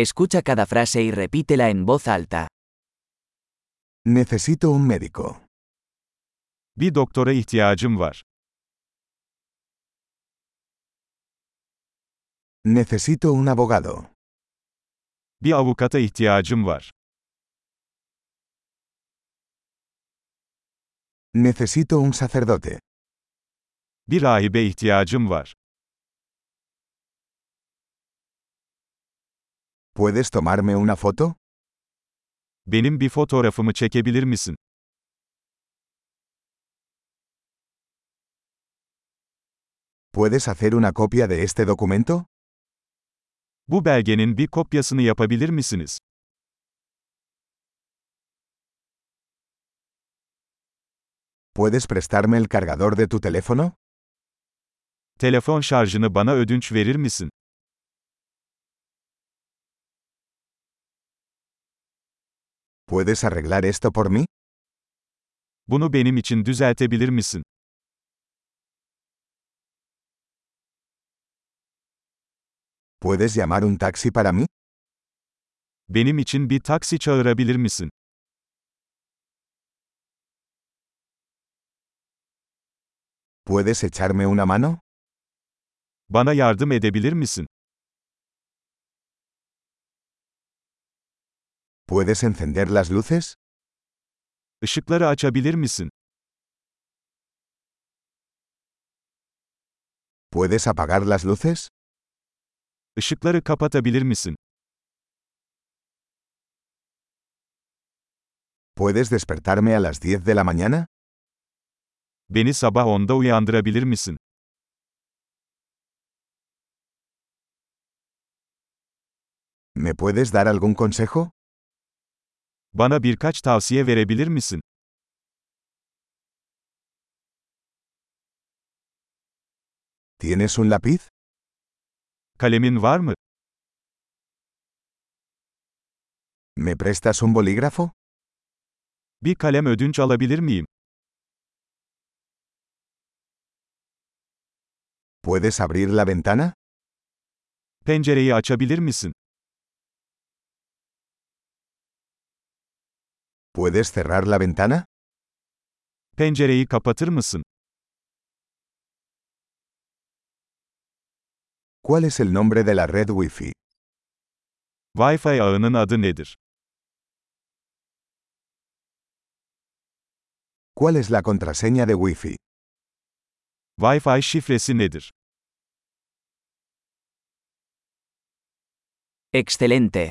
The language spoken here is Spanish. Escucha cada frase y repítela en voz alta. Necesito un médico. Bir doktora ihtiyacım var. Necesito un abogado. Bir avukata ihtiyacım var. Necesito un sacerdote. Bir rahibe ihtiyacım var. ¿Puedes tomarme una foto? Benim bir fotoğrafımı çekebilir misin? ¿Puedes hacer una copia de este documento? Bu belgenin bir kopyasını yapabilir misiniz? ¿Puedes prestarme el cargador de tu teléfono? Telefon şarjını bana ödünç verir misin? ¿Puedes arreglar esto por mí? Bunu benim için düzeltebilir misin? ¿Puedes llamar un taxi para mí? Benim için bir taksi çağırabilir misin? ¿Puedes echarme una mano? Bana yardım edebilir misin? ¿Puedes encender las luces? Işıkları açabilir misin? ¿Puedes apagar las luces? Işıkları kapatabilir misin? ¿Puedes despertarme a las 10 de la mañana? Beni sabah 10'da uyandırabilir misin? ¿Me puedes dar algún consejo? Bana birkaç tavsiye verebilir misin? ¿Tienes un lápiz? Kalemin var mı? ¿Me prestas un bolígrafo? Bir kalem ödünç alabilir miyim? ¿Puedes abrir la ventana? Pencereyi açabilir misin? ¿Puedes cerrar la ventana? Pencereyi kapatır mısın? ¿Cuál es el nombre de la red Wi-Fi? Wi-Fi ağının adı nedir? ¿Cuál es la contraseña de Wi-Fi? Wi-Fi şifresi nedir? Excelente.